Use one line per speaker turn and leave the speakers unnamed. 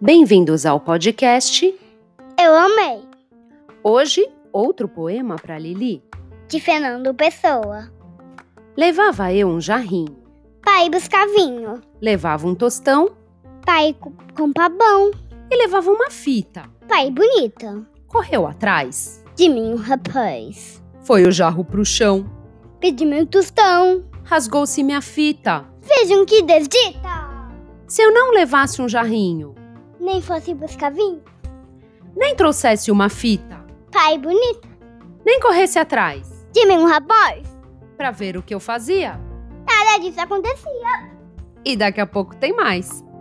Bem-vindos ao podcast.
Eu amei,
Hoje, outro poema para Lili.
de Fernando Pessoa.
Levava eu um jarrinho,
Pai buscar vinho,
levava um tostão
pai co- comprar pão,
e levava uma fita.
pai bonita.
Correu atrás.
De mim um rapaz,
Foi o jarro pro chão.
pedi meu tostão,
Rasgou-se minha fita.
vejam que desdita.
Se eu não levasse um jarrinho,
Nem fosse buscar vinho,
nem trouxesse uma fita,
pai bonita.
nem corresse atrás
De mim um rapaz,
pra ver o que eu fazia.
nada disso acontecia.
E daqui a pouco tem mais.